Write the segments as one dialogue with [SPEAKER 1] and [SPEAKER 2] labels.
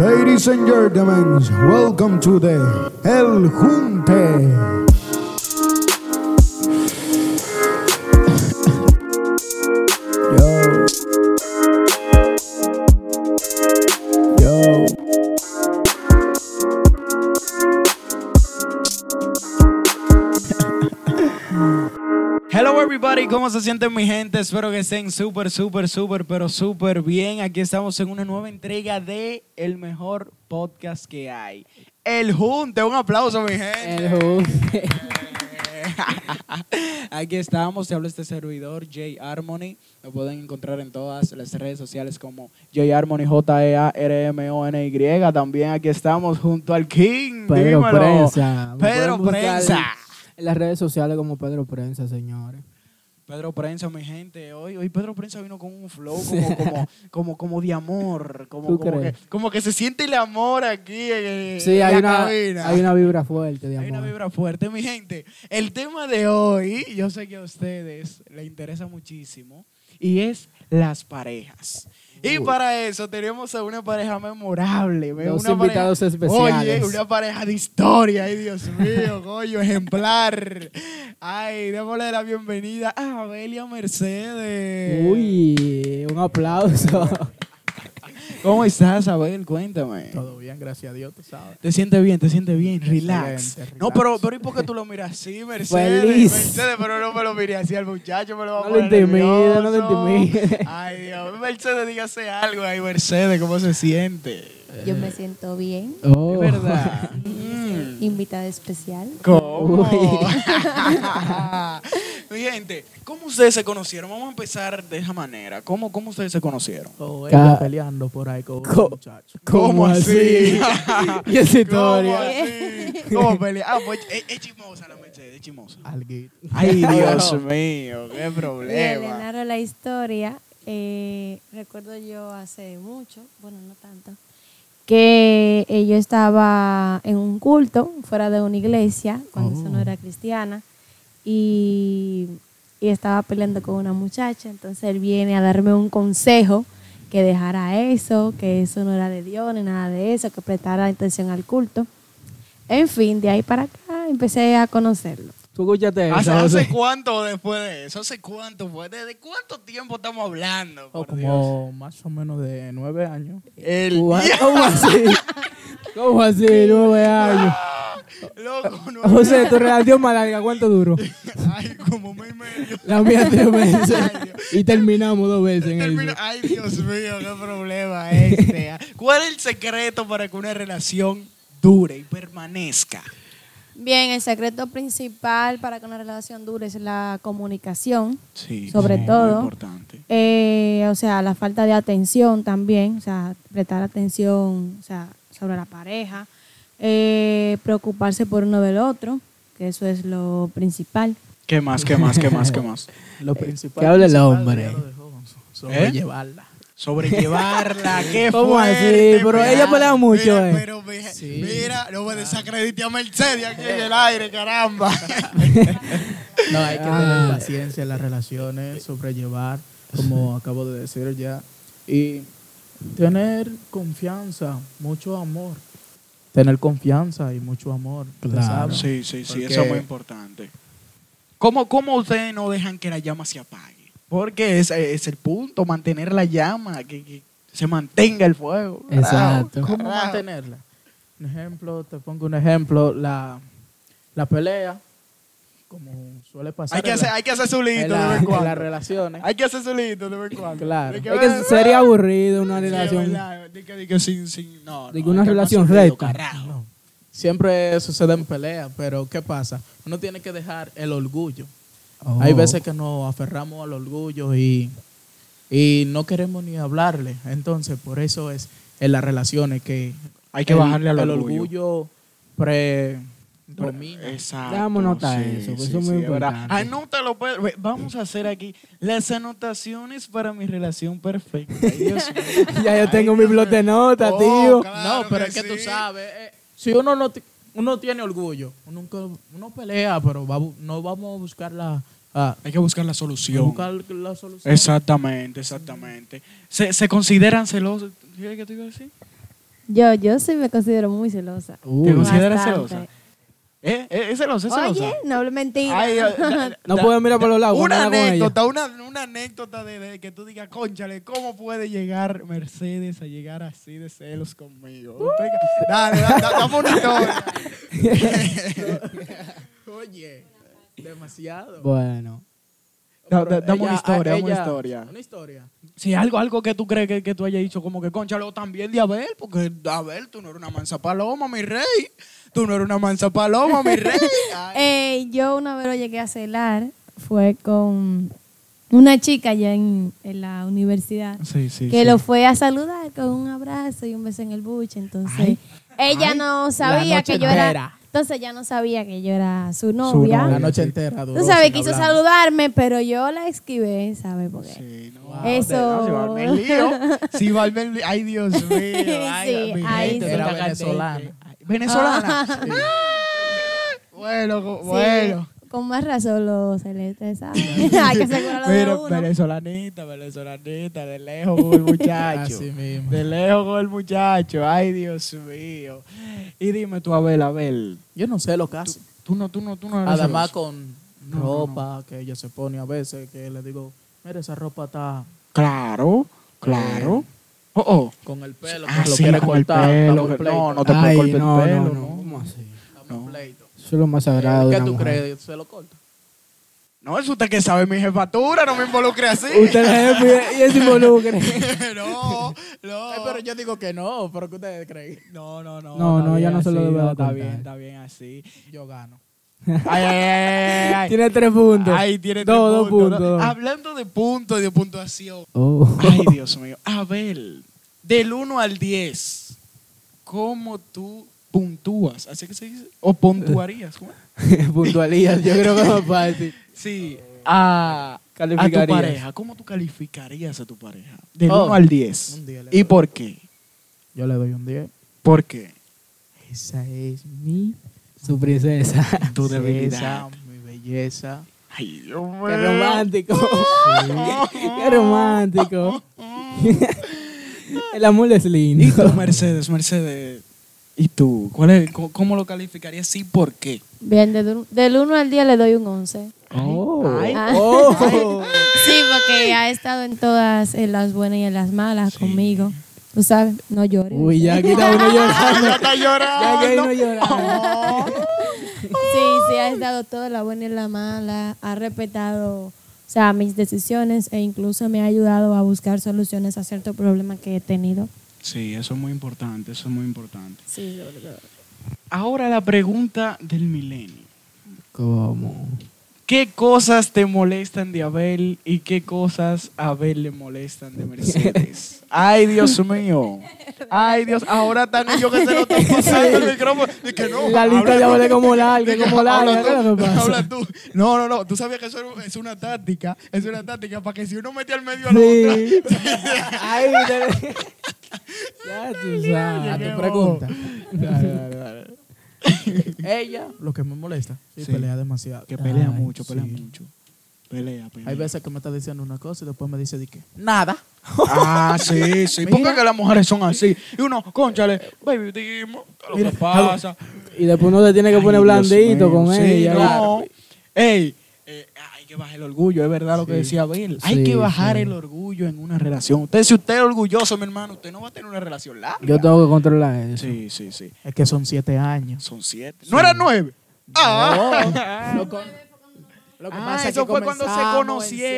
[SPEAKER 1] Ladies and gentlemen, welcome to the El Junte. Yo. Yo.
[SPEAKER 2] Hello everybody, ¿cómo se sienten mi gente? Espero que estén súper, súper, súper, pero súper bien. Aquí estamos en una nueva entrega de el mejor podcast que hay. El Junte, un aplauso mi gente.
[SPEAKER 3] El Junte.
[SPEAKER 2] Aquí estamos, te habla este servidor, J Harmony. Lo pueden encontrar en todas las redes sociales como J Harmony, J-E-A-R-M-O-N-Y. También aquí estamos junto al King.
[SPEAKER 3] Pedro
[SPEAKER 2] dímelo.
[SPEAKER 3] Prensa. Me
[SPEAKER 2] Pedro
[SPEAKER 3] pueden buscar
[SPEAKER 2] Prensa.
[SPEAKER 3] En las redes sociales como Pedro Prensa, señores.
[SPEAKER 2] Pedro Prensa, mi gente, hoy, hoy Pedro Prensa vino con un flow como, como, como, como de amor, como,
[SPEAKER 3] ¿Tú
[SPEAKER 2] como, que,
[SPEAKER 3] crees?
[SPEAKER 2] como que se siente el amor aquí en,
[SPEAKER 3] Sí,
[SPEAKER 2] en
[SPEAKER 3] hay
[SPEAKER 2] la
[SPEAKER 3] una,
[SPEAKER 2] cabina.
[SPEAKER 3] hay una vibra fuerte de
[SPEAKER 2] Hay una
[SPEAKER 3] amor.
[SPEAKER 2] vibra fuerte, mi gente. El tema de hoy, yo sé que a ustedes les interesa muchísimo, y es las parejas. Y para eso tenemos a una pareja memorable. ve,
[SPEAKER 3] Dos
[SPEAKER 2] una
[SPEAKER 3] invitados
[SPEAKER 2] pareja-
[SPEAKER 3] especiales.
[SPEAKER 2] Oye, una pareja de historia. Ay, Dios mío, coño, ejemplar. Ay, démosle la bienvenida a Abelia Mercedes.
[SPEAKER 3] Uy, un aplauso.
[SPEAKER 2] ¿Cómo estás, Abel? Cuéntame.
[SPEAKER 4] Todo bien, gracias a Dios, tú sabes.
[SPEAKER 2] Te sientes bien, te sientes bien, relax.
[SPEAKER 4] Excelente,
[SPEAKER 2] No,
[SPEAKER 4] relax.
[SPEAKER 2] pero, pero ¿y por qué tú lo miras así, Mercedes?
[SPEAKER 3] Feliz.
[SPEAKER 2] Mercedes, pero no me lo miré así al muchacho, me lo va a
[SPEAKER 3] No lo
[SPEAKER 2] poner
[SPEAKER 3] intimide, no
[SPEAKER 2] nervioso.
[SPEAKER 3] lo intimide.
[SPEAKER 2] Ay, Dios, Mercedes, dígase algo ahí, Mercedes, ¿cómo se siente?
[SPEAKER 5] Yo me siento bien.
[SPEAKER 3] Oh.
[SPEAKER 2] Es verdad. Mm.
[SPEAKER 5] Invitada especial.
[SPEAKER 2] ¿Cómo?
[SPEAKER 3] Uy.
[SPEAKER 2] Mi gente, ¿cómo ustedes se conocieron? Vamos a empezar de esa manera. ¿Cómo, cómo ustedes se conocieron?
[SPEAKER 3] Ca-
[SPEAKER 4] Todo ella peleando por ahí con
[SPEAKER 3] Co-
[SPEAKER 4] un muchacho.
[SPEAKER 3] ¿Cómo así? y esa
[SPEAKER 2] ¿Cómo
[SPEAKER 3] historia.
[SPEAKER 2] así? ¿Cómo pelea? Ah, pues es, es chismosa la Mercedes, es chismosa.
[SPEAKER 4] Alguien.
[SPEAKER 2] Ay, Dios mío, qué
[SPEAKER 5] Bien,
[SPEAKER 2] problema.
[SPEAKER 5] Leonardo, la historia. eh, recuerdo yo hace mucho, bueno, no tanto, que eh, yo estaba en un culto fuera de una iglesia, cuando eso no era cristiana, y, y estaba peleando con una muchacha. Entonces él viene a darme un consejo que dejara eso, que eso no era de Dios ni nada de eso, que prestara atención al culto. En fin, de ahí para acá empecé a conocerlo.
[SPEAKER 3] Tú escúchate
[SPEAKER 2] Ah, ¿Hace,
[SPEAKER 3] eso.
[SPEAKER 2] hace
[SPEAKER 3] José.
[SPEAKER 2] cuánto después de eso? ¿Hace cuánto fue? ¿Desde cuánto tiempo estamos hablando?
[SPEAKER 4] O
[SPEAKER 2] por Dios?
[SPEAKER 4] como más o menos de nueve años.
[SPEAKER 2] El
[SPEAKER 3] Ua- ¿Cómo así? ¿Cómo así? Nueve años.
[SPEAKER 2] loco, no.
[SPEAKER 3] José, tu relación más larga, ¿cuánto duró?
[SPEAKER 2] Ay, como mes y medio.
[SPEAKER 3] La mía tres veces.
[SPEAKER 2] Ay, Dios.
[SPEAKER 3] Y terminamos dos veces en
[SPEAKER 2] Termina-
[SPEAKER 3] eso.
[SPEAKER 2] Ay, Dios mío, qué problema este. ¿Cuál es el secreto para que una relación dure y permanezca?
[SPEAKER 5] Bien, el secreto principal para que una relación dure es la comunicación,
[SPEAKER 2] Sí,
[SPEAKER 5] Sobre todo.
[SPEAKER 2] importante.
[SPEAKER 5] Eh, o sea, la falta de atención también, o sea, prestar atención o sea, sobre la pareja, eh, preocuparse por uno del otro, que eso es lo principal.
[SPEAKER 2] ¿Qué más, qué más, qué más, qué más?
[SPEAKER 4] Lo
[SPEAKER 3] Eh,
[SPEAKER 4] principal.
[SPEAKER 3] que hable el
[SPEAKER 4] principal,
[SPEAKER 3] hombre.
[SPEAKER 4] ya lo dejó, so- Sobrellevarla.
[SPEAKER 2] ¿Eh? sobrellevarla. ¿Qué
[SPEAKER 3] ¿Cómo
[SPEAKER 2] fuerte,
[SPEAKER 3] así? Pero
[SPEAKER 2] mira.
[SPEAKER 3] ella pelea mucho,
[SPEAKER 2] Mira,
[SPEAKER 3] eh.
[SPEAKER 2] pero mira,
[SPEAKER 4] Sí.
[SPEAKER 2] mira, no me desacredite a Mercedes aquí en el aire, caramba.
[SPEAKER 4] No, hay que tener paciencia en las relaciones, sobrellevar, como acabo de decir ya. Y tener confianza, mucho amor. Tener confianza y mucho amor. tú
[SPEAKER 3] Claro.
[SPEAKER 4] sabes.
[SPEAKER 2] sí, sí, sí,
[SPEAKER 4] Porque-
[SPEAKER 2] eso es muy importante. ¿Cómo, cómo ustedes no dejan que la llama se apague? Porque ese es el punto, mantener la llama, que, que se mantenga el fuego.
[SPEAKER 3] Exacto.
[SPEAKER 4] ¿Cómo
[SPEAKER 2] Wow.
[SPEAKER 4] mantenerla? Un ejemplo, te pongo un ejemplo, la, la pelea, como suele pasar
[SPEAKER 2] Hay que,
[SPEAKER 4] en,
[SPEAKER 2] hacer,
[SPEAKER 4] la-
[SPEAKER 2] hay que hacer su
[SPEAKER 4] en
[SPEAKER 2] lito de
[SPEAKER 4] la-
[SPEAKER 2] vez
[SPEAKER 4] en
[SPEAKER 2] en cuando.
[SPEAKER 4] las relaciones.
[SPEAKER 2] Hay que hacer su lito de vez en cuando.
[SPEAKER 4] Claro.
[SPEAKER 2] De
[SPEAKER 3] Es que sería aburrido una
[SPEAKER 2] Sí,
[SPEAKER 3] relación.
[SPEAKER 2] ¿verdad? De que- de que sin- sin- no,
[SPEAKER 3] De que
[SPEAKER 2] no,
[SPEAKER 3] una
[SPEAKER 2] hay que
[SPEAKER 3] relación
[SPEAKER 2] hacer su lito,
[SPEAKER 3] recta.
[SPEAKER 2] carajo.
[SPEAKER 4] No. Siempre suceden peleas, pero ¿qué pasa? Uno tiene que dejar el orgullo.
[SPEAKER 3] Oh.
[SPEAKER 4] Hay veces que nos aferramos al orgullo y, y no queremos ni hablarle. Entonces, por eso es en las relaciones que
[SPEAKER 2] Hay que
[SPEAKER 4] el-
[SPEAKER 2] bajarle al
[SPEAKER 4] el
[SPEAKER 2] orgullo.
[SPEAKER 4] orgullo pre domina.
[SPEAKER 2] Exacto.
[SPEAKER 3] Damos nota de eso, pues eso es muy
[SPEAKER 2] es verdad.
[SPEAKER 3] importante.
[SPEAKER 2] Anótalo, Pedro. Ve, Vamos a hacer aquí las anotaciones para mi relación perfecta. Ay, Dios mío.
[SPEAKER 3] Ya yo tengo mi blog de notas,
[SPEAKER 2] Oh,
[SPEAKER 3] tío.
[SPEAKER 2] claro
[SPEAKER 4] no, pero es que tú
[SPEAKER 2] sí.
[SPEAKER 4] sabes, eh, si uno no ti- uno tiene orgullo, uno, nunca- uno pelea, pero va a bu- no vamos a buscar la, a-
[SPEAKER 2] Hay que buscar la
[SPEAKER 4] a
[SPEAKER 2] solución.
[SPEAKER 4] buscar la solución.
[SPEAKER 2] Exactamente, exactamente. ¿Se, se consideran celosos? ¿Qué es lo que te iba a decir?
[SPEAKER 5] Yo, yo sí me considero muy celosa.
[SPEAKER 2] ¿Te
[SPEAKER 3] Uh,
[SPEAKER 2] consideras
[SPEAKER 5] Bastante.
[SPEAKER 2] celosa? ¿Eh? ¿Eh? ¿Es celosa? ¿Es celosa?
[SPEAKER 5] Oye, no hable mentira.
[SPEAKER 2] Ay, da- da-
[SPEAKER 3] No puedo mirar por los lados,
[SPEAKER 2] Una
[SPEAKER 3] cuando anda con
[SPEAKER 2] anécdota, una, una anécdota de, de que tú digas, conchale, ¿cómo puede llegar Mercedes a llegar así de celos conmigo? Venga, Dale, da- da- dame una historia.
[SPEAKER 4] Oye, demasiado.
[SPEAKER 3] bueno.
[SPEAKER 2] Da- da-
[SPEAKER 4] Pero
[SPEAKER 2] dame una
[SPEAKER 4] ella- a
[SPEAKER 2] historia, dame una
[SPEAKER 4] ella-
[SPEAKER 2] historia.
[SPEAKER 4] Una historia.
[SPEAKER 2] Si algo, algo que tú crees que, que tú hayas dicho, como que conchale, o también de Abel, porque Abel, tú no eres una mansa paloma, mi rey. Tú no eres una mansa paloma, mi rey. Ay,
[SPEAKER 5] Eh, yo una vez lo llegué a celar, fue con una chica allá en, en la universidad,
[SPEAKER 2] Sí, sí.
[SPEAKER 5] que
[SPEAKER 2] sí.
[SPEAKER 5] lo fue a saludar con un abrazo y un beso en el buche. Entonces,
[SPEAKER 2] Ay,
[SPEAKER 5] ella no sabía
[SPEAKER 3] noche
[SPEAKER 5] que yo era...
[SPEAKER 3] entera.
[SPEAKER 5] Entonces, ella no sabía que yo era su
[SPEAKER 2] novia.
[SPEAKER 5] novia.
[SPEAKER 4] La noche entera. duró
[SPEAKER 5] Tú sabes,
[SPEAKER 4] sin
[SPEAKER 5] quiso
[SPEAKER 4] hablar.
[SPEAKER 5] saludarme, pero yo la esquivé, ¿sabes? Porque
[SPEAKER 2] Sí, no,
[SPEAKER 5] Eso.
[SPEAKER 2] no, Si va a haber lío. Si va a haber lío. Ay, Dios mío.
[SPEAKER 5] Sí,
[SPEAKER 2] Ay, mi
[SPEAKER 5] ahí
[SPEAKER 2] gente,
[SPEAKER 5] sí. ah.
[SPEAKER 2] era
[SPEAKER 4] Era
[SPEAKER 2] venezolana.
[SPEAKER 4] venezolana.
[SPEAKER 2] Ay, Venezolana. Sí. Bueno, co-
[SPEAKER 5] sí,
[SPEAKER 2] bueno.
[SPEAKER 5] con más razón los celestes, ¿sabes? Hay que asegurarlo de
[SPEAKER 2] Mira,
[SPEAKER 5] uno.
[SPEAKER 2] venezolanita, venezolanita, de lejos con el muchacho.
[SPEAKER 4] Así mismo.
[SPEAKER 2] de lejos con el muchacho. Ay, Dios mío. Y dime tú, Abel, Abel.
[SPEAKER 4] Yo no sé lo que hace.
[SPEAKER 2] Tú no, tú no, tú no eres
[SPEAKER 4] Además
[SPEAKER 2] celoso.
[SPEAKER 4] con
[SPEAKER 2] No, no,
[SPEAKER 4] ropa que ella se pone a veces, que le digo, mira, esa ropa está
[SPEAKER 2] Claro, claro.
[SPEAKER 4] Eh.
[SPEAKER 2] Oh, oh.
[SPEAKER 4] con el pelo,
[SPEAKER 2] Ah,
[SPEAKER 4] que lo
[SPEAKER 2] sí,
[SPEAKER 4] quiere
[SPEAKER 2] con el
[SPEAKER 4] cortar. está
[SPEAKER 2] pelo,
[SPEAKER 4] muy
[SPEAKER 2] que-
[SPEAKER 4] pleito,
[SPEAKER 2] no, no te puedes
[SPEAKER 3] Ay,
[SPEAKER 2] cortar el
[SPEAKER 3] no,
[SPEAKER 2] pelo,
[SPEAKER 3] no,
[SPEAKER 2] ¿no?
[SPEAKER 3] no, ¿cómo así?
[SPEAKER 4] está muy pleito.
[SPEAKER 3] Eso es lo más sagrado de
[SPEAKER 4] ¿Qué
[SPEAKER 3] una
[SPEAKER 4] tú
[SPEAKER 3] mujer.
[SPEAKER 4] crees? ¿Se lo corta?
[SPEAKER 2] No, es usted que sabe mi jefatura, no me involucre así.
[SPEAKER 3] Usted es el jefe y él se involucra.
[SPEAKER 2] no, no.
[SPEAKER 4] Ay, pero yo digo que no, pero ¿qué ustedes creen?
[SPEAKER 2] No, no, no.
[SPEAKER 3] No, no,
[SPEAKER 2] ya
[SPEAKER 3] yo no se lo debo
[SPEAKER 2] Está
[SPEAKER 3] contar.
[SPEAKER 2] bien, está bien así.
[SPEAKER 4] Yo gano.
[SPEAKER 2] Ay, ay, ay, ay, ay.
[SPEAKER 3] Tiene tres puntos.
[SPEAKER 2] Ay, tiene tres
[SPEAKER 3] Dos, dos
[SPEAKER 2] puntos, ¿no?
[SPEAKER 3] puntos.
[SPEAKER 2] Hablando de puntos y de puntuación.
[SPEAKER 3] Oh.
[SPEAKER 2] Ay, Dios mío. Abel, del 1 al 10, ¿cómo tú puntúas? ¿Así que se dice? ¿O puntuarías? ¿Cómo es?
[SPEAKER 3] Puntualías, yo creo que es más fácil.
[SPEAKER 2] Sí. A, a tu
[SPEAKER 3] Calificarías.
[SPEAKER 2] pareja. ¿Cómo tú calificarías a tu pareja? Del
[SPEAKER 4] Oh.
[SPEAKER 2] 1 al 10.
[SPEAKER 4] Un 10 le
[SPEAKER 2] ¿Y
[SPEAKER 4] doy.
[SPEAKER 2] por qué?
[SPEAKER 4] Yo le doy un 10.
[SPEAKER 2] ¿Por qué?
[SPEAKER 4] Esa es mi
[SPEAKER 3] Su princesa.
[SPEAKER 2] Tu
[SPEAKER 4] belleza,
[SPEAKER 2] debilidad.
[SPEAKER 4] mi belleza.
[SPEAKER 2] Ay, Dios mío.
[SPEAKER 3] Qué romántico. Qué romántico. El amor es
[SPEAKER 2] Y tú,
[SPEAKER 3] lindo.
[SPEAKER 2] Mercedes, Mercedes. ¿Y tú? ¿Cuál es, cómo, cómo lo calificarías? Sí, ¿por qué?
[SPEAKER 5] Bien, del, 1 al 10 le doy un 11.
[SPEAKER 3] Oh.
[SPEAKER 2] Ay,
[SPEAKER 5] Ah.
[SPEAKER 3] Oh.
[SPEAKER 5] Sí, porque ha estado en todas, en las buenas y en las malas conmigo. Tú sabes, no llores.
[SPEAKER 3] Uy, ya aquí está uno llorando.
[SPEAKER 2] Ya está
[SPEAKER 3] Ya que uno
[SPEAKER 2] llorando.
[SPEAKER 3] llorando.
[SPEAKER 5] Sí, sí, ha estado toda la buena y la mala. Ha respetado, o sea, mis decisiones e incluso me ha ayudado a buscar soluciones a ciertos problemas que he tenido.
[SPEAKER 2] Sí, eso es muy importante, eso es muy importante.
[SPEAKER 5] Sí, sobre todo.
[SPEAKER 2] Ahora la pregunta del milenio.
[SPEAKER 3] ¿Cómo?
[SPEAKER 2] ¿Qué cosas te molestan de Abel y qué cosas a Abel le molestan de Mercedes? Ay, Dios mío. Ay, Dios. Ahora tan yo que se lo estoy pasando el micrófono. Y que no.
[SPEAKER 3] La lista
[SPEAKER 2] habla
[SPEAKER 3] ya
[SPEAKER 2] tú.
[SPEAKER 3] vale como larga,
[SPEAKER 2] Diga,
[SPEAKER 3] como larga.
[SPEAKER 2] habla
[SPEAKER 3] ¿Qué es
[SPEAKER 2] tú,
[SPEAKER 3] lo que pasa?
[SPEAKER 2] habla tú. No, no, no. Tú sabías que eso era- es una táctica. Es una táctica para que si uno mete al medio a la otra.
[SPEAKER 3] Sí. Ay, te- ya tú sabes.
[SPEAKER 4] A
[SPEAKER 2] qué
[SPEAKER 4] tu
[SPEAKER 2] bobo.
[SPEAKER 4] pregunta. Ella, lo que me molesta, sí,
[SPEAKER 2] Sí.
[SPEAKER 4] pelea demasiado.
[SPEAKER 2] Que pelea
[SPEAKER 4] Ay,
[SPEAKER 2] mucho, pelea
[SPEAKER 4] sí.
[SPEAKER 2] mucho. Pelea, pelea.
[SPEAKER 4] Hay veces que me está diciendo una cosa y después me dice de que nada.
[SPEAKER 2] Ah, sí, sí. ¿Por qué
[SPEAKER 4] Mira.
[SPEAKER 2] que las mujeres son así? Y uno, conchale, baby, dime, ¿qué es lo que pasa?
[SPEAKER 3] Y después uno se tiene que
[SPEAKER 2] Ay,
[SPEAKER 3] poner
[SPEAKER 2] Dios
[SPEAKER 3] blandito
[SPEAKER 2] mío,
[SPEAKER 3] con
[SPEAKER 2] sí,
[SPEAKER 3] ella.
[SPEAKER 2] No. Ey, eh, hay que bajar el orgullo, es verdad lo que decía Abel. Hay
[SPEAKER 3] Sí,
[SPEAKER 2] que bajar
[SPEAKER 3] sí.
[SPEAKER 2] el orgullo en una relación. Usted, si usted es orgulloso, mi hermano, usted no va a tener una relación larga.
[SPEAKER 3] Yo tengo que controlar eso.
[SPEAKER 2] Sí, sí, sí.
[SPEAKER 4] Es que son siete años.
[SPEAKER 2] Son siete. No eran nueve. Ah,
[SPEAKER 4] Lo, con- lo que
[SPEAKER 2] Ah,
[SPEAKER 4] pasa es
[SPEAKER 2] eso
[SPEAKER 4] que
[SPEAKER 2] fue cuando se
[SPEAKER 4] comenzamos,
[SPEAKER 2] conocieron.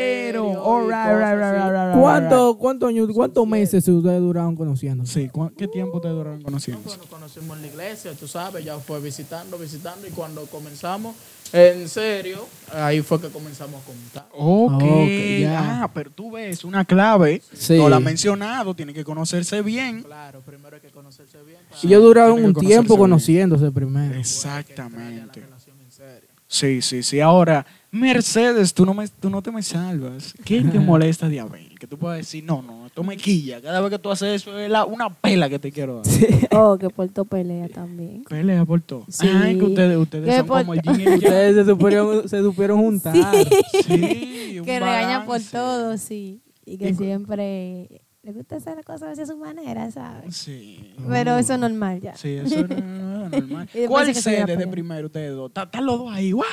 [SPEAKER 4] en serio,
[SPEAKER 2] All
[SPEAKER 4] y
[SPEAKER 2] right,
[SPEAKER 4] cosas
[SPEAKER 2] right, right,
[SPEAKER 4] así.
[SPEAKER 2] right, right.
[SPEAKER 3] ¿Cuánto, cuánto años- ¿Cuántos meses ustedes duraron conociéndose?
[SPEAKER 2] Sí, ¿cu- ¿qué tiempo te duraron
[SPEAKER 4] No,
[SPEAKER 2] conociendo?
[SPEAKER 4] pues, nos conocimos en la iglesia, tú sabes, ya fue visitando, visitando y cuando comenzamos, en serio, ahí fue que comenzamos a contar.
[SPEAKER 2] Ok,
[SPEAKER 3] Ok, ya.
[SPEAKER 2] ah, pero tú ves una clave,
[SPEAKER 3] Sí.
[SPEAKER 2] no la ha mencionado, tiene que conocerse bien.
[SPEAKER 4] Claro, primero hay que conocerse bien para
[SPEAKER 3] Y yo duraron
[SPEAKER 2] Tiene que
[SPEAKER 3] un
[SPEAKER 2] conocerse
[SPEAKER 3] tiempo
[SPEAKER 2] bien.
[SPEAKER 3] conociéndose primero.
[SPEAKER 2] Exactamente.
[SPEAKER 4] relación en serio.
[SPEAKER 2] Sí, sí, sí. Ahora, Mercedes, tú no, me, tú no te me salvas. ¿Qué te molesta de Abel? Que tú puedas decir, no, no, esto me quilla. Cada vez que tú haces eso es la- una pela que te quiero dar.
[SPEAKER 5] Oh, que Puerto pelea también.
[SPEAKER 2] Pelea por todo.
[SPEAKER 5] Sí.
[SPEAKER 2] Ay, que ustedes, ustedes
[SPEAKER 5] Que
[SPEAKER 2] son
[SPEAKER 5] por
[SPEAKER 2] como el yin y el yang.
[SPEAKER 3] Ustedes se supieron, se supieron juntar.
[SPEAKER 2] Sí, un
[SPEAKER 5] que regaña por
[SPEAKER 2] balance.
[SPEAKER 5] todo, sí. Y que
[SPEAKER 2] Y cu-
[SPEAKER 5] siempre le gusta hacer las cosas a veces a su manera, ¿sabes?
[SPEAKER 2] Sí.
[SPEAKER 5] Pero eso es normal ya.
[SPEAKER 2] Sí, eso no, no era normal.
[SPEAKER 5] Y después
[SPEAKER 2] ¿Cuál
[SPEAKER 5] dice que se iba a
[SPEAKER 2] sede de
[SPEAKER 5] poner.
[SPEAKER 2] primero ustedes dos? Ta- Están los dos ahí, guau.